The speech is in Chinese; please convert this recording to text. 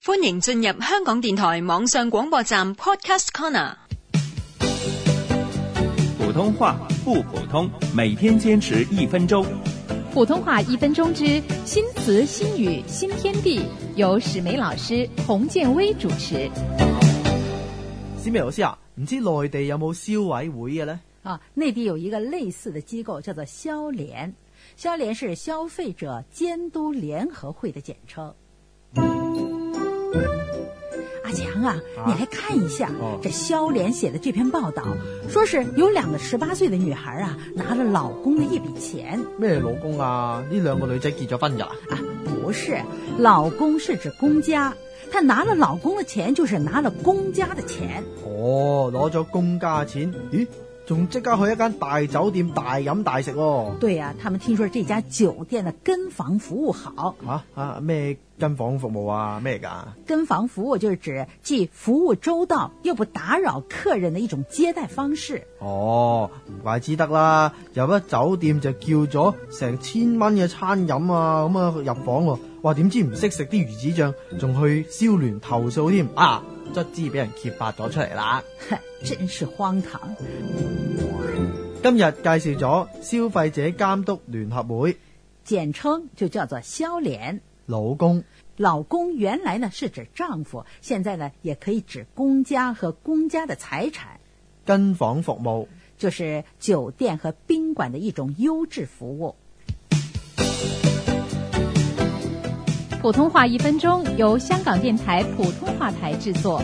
歡迎進入香港電台網上廣播站 Podcast Corner。普通话不普通，每天坚持一分钟。普通话一分钟之新词新语新天地，由史梅老师、洪建威主持。史美老師啊，唔知內地有冇消委會嘅呢？啊，内地有一个类似的机构叫做消联，消联是消费者监督联合会的简称。阿强啊，你来看一下、哦这消联写的这篇报道，说是有两个十八岁的女孩啊，拿了老公的一笔钱咩老公啊？呢兩個女仔結咗婚㗎啦？啊，不是老公是指公家，她拿了老公的钱就是拿了公家的錢。哦，攞咗公家錢，咦？仲即刻去一間大酒店大飲大食喎、对呀、他们听说这家酒店的跟房服务好，啊！嚇啊咩跟房服務啊？咩嚟㗎？跟房服务就是指既服务周到又不打擾客人的一種接待方式。 哦，唔怪之得啦，有一酒店就叫咗成千蚊嘅餐飲啊，咁啊入房喎、哇點知唔識食啲魚子醬，仲去消聯投訴添啊！卒之俾人揭發咗出嚟啦。哼，真是荒唐！今日介紹咗消費者監督聯合會简称就叫做消联。老公老公原来呢是指丈夫，现在呢也可以指公家和公家的财产，跟房服務。就是酒店和宾馆的一种优质服务。普通话一分钟由香港电台普通话台制作。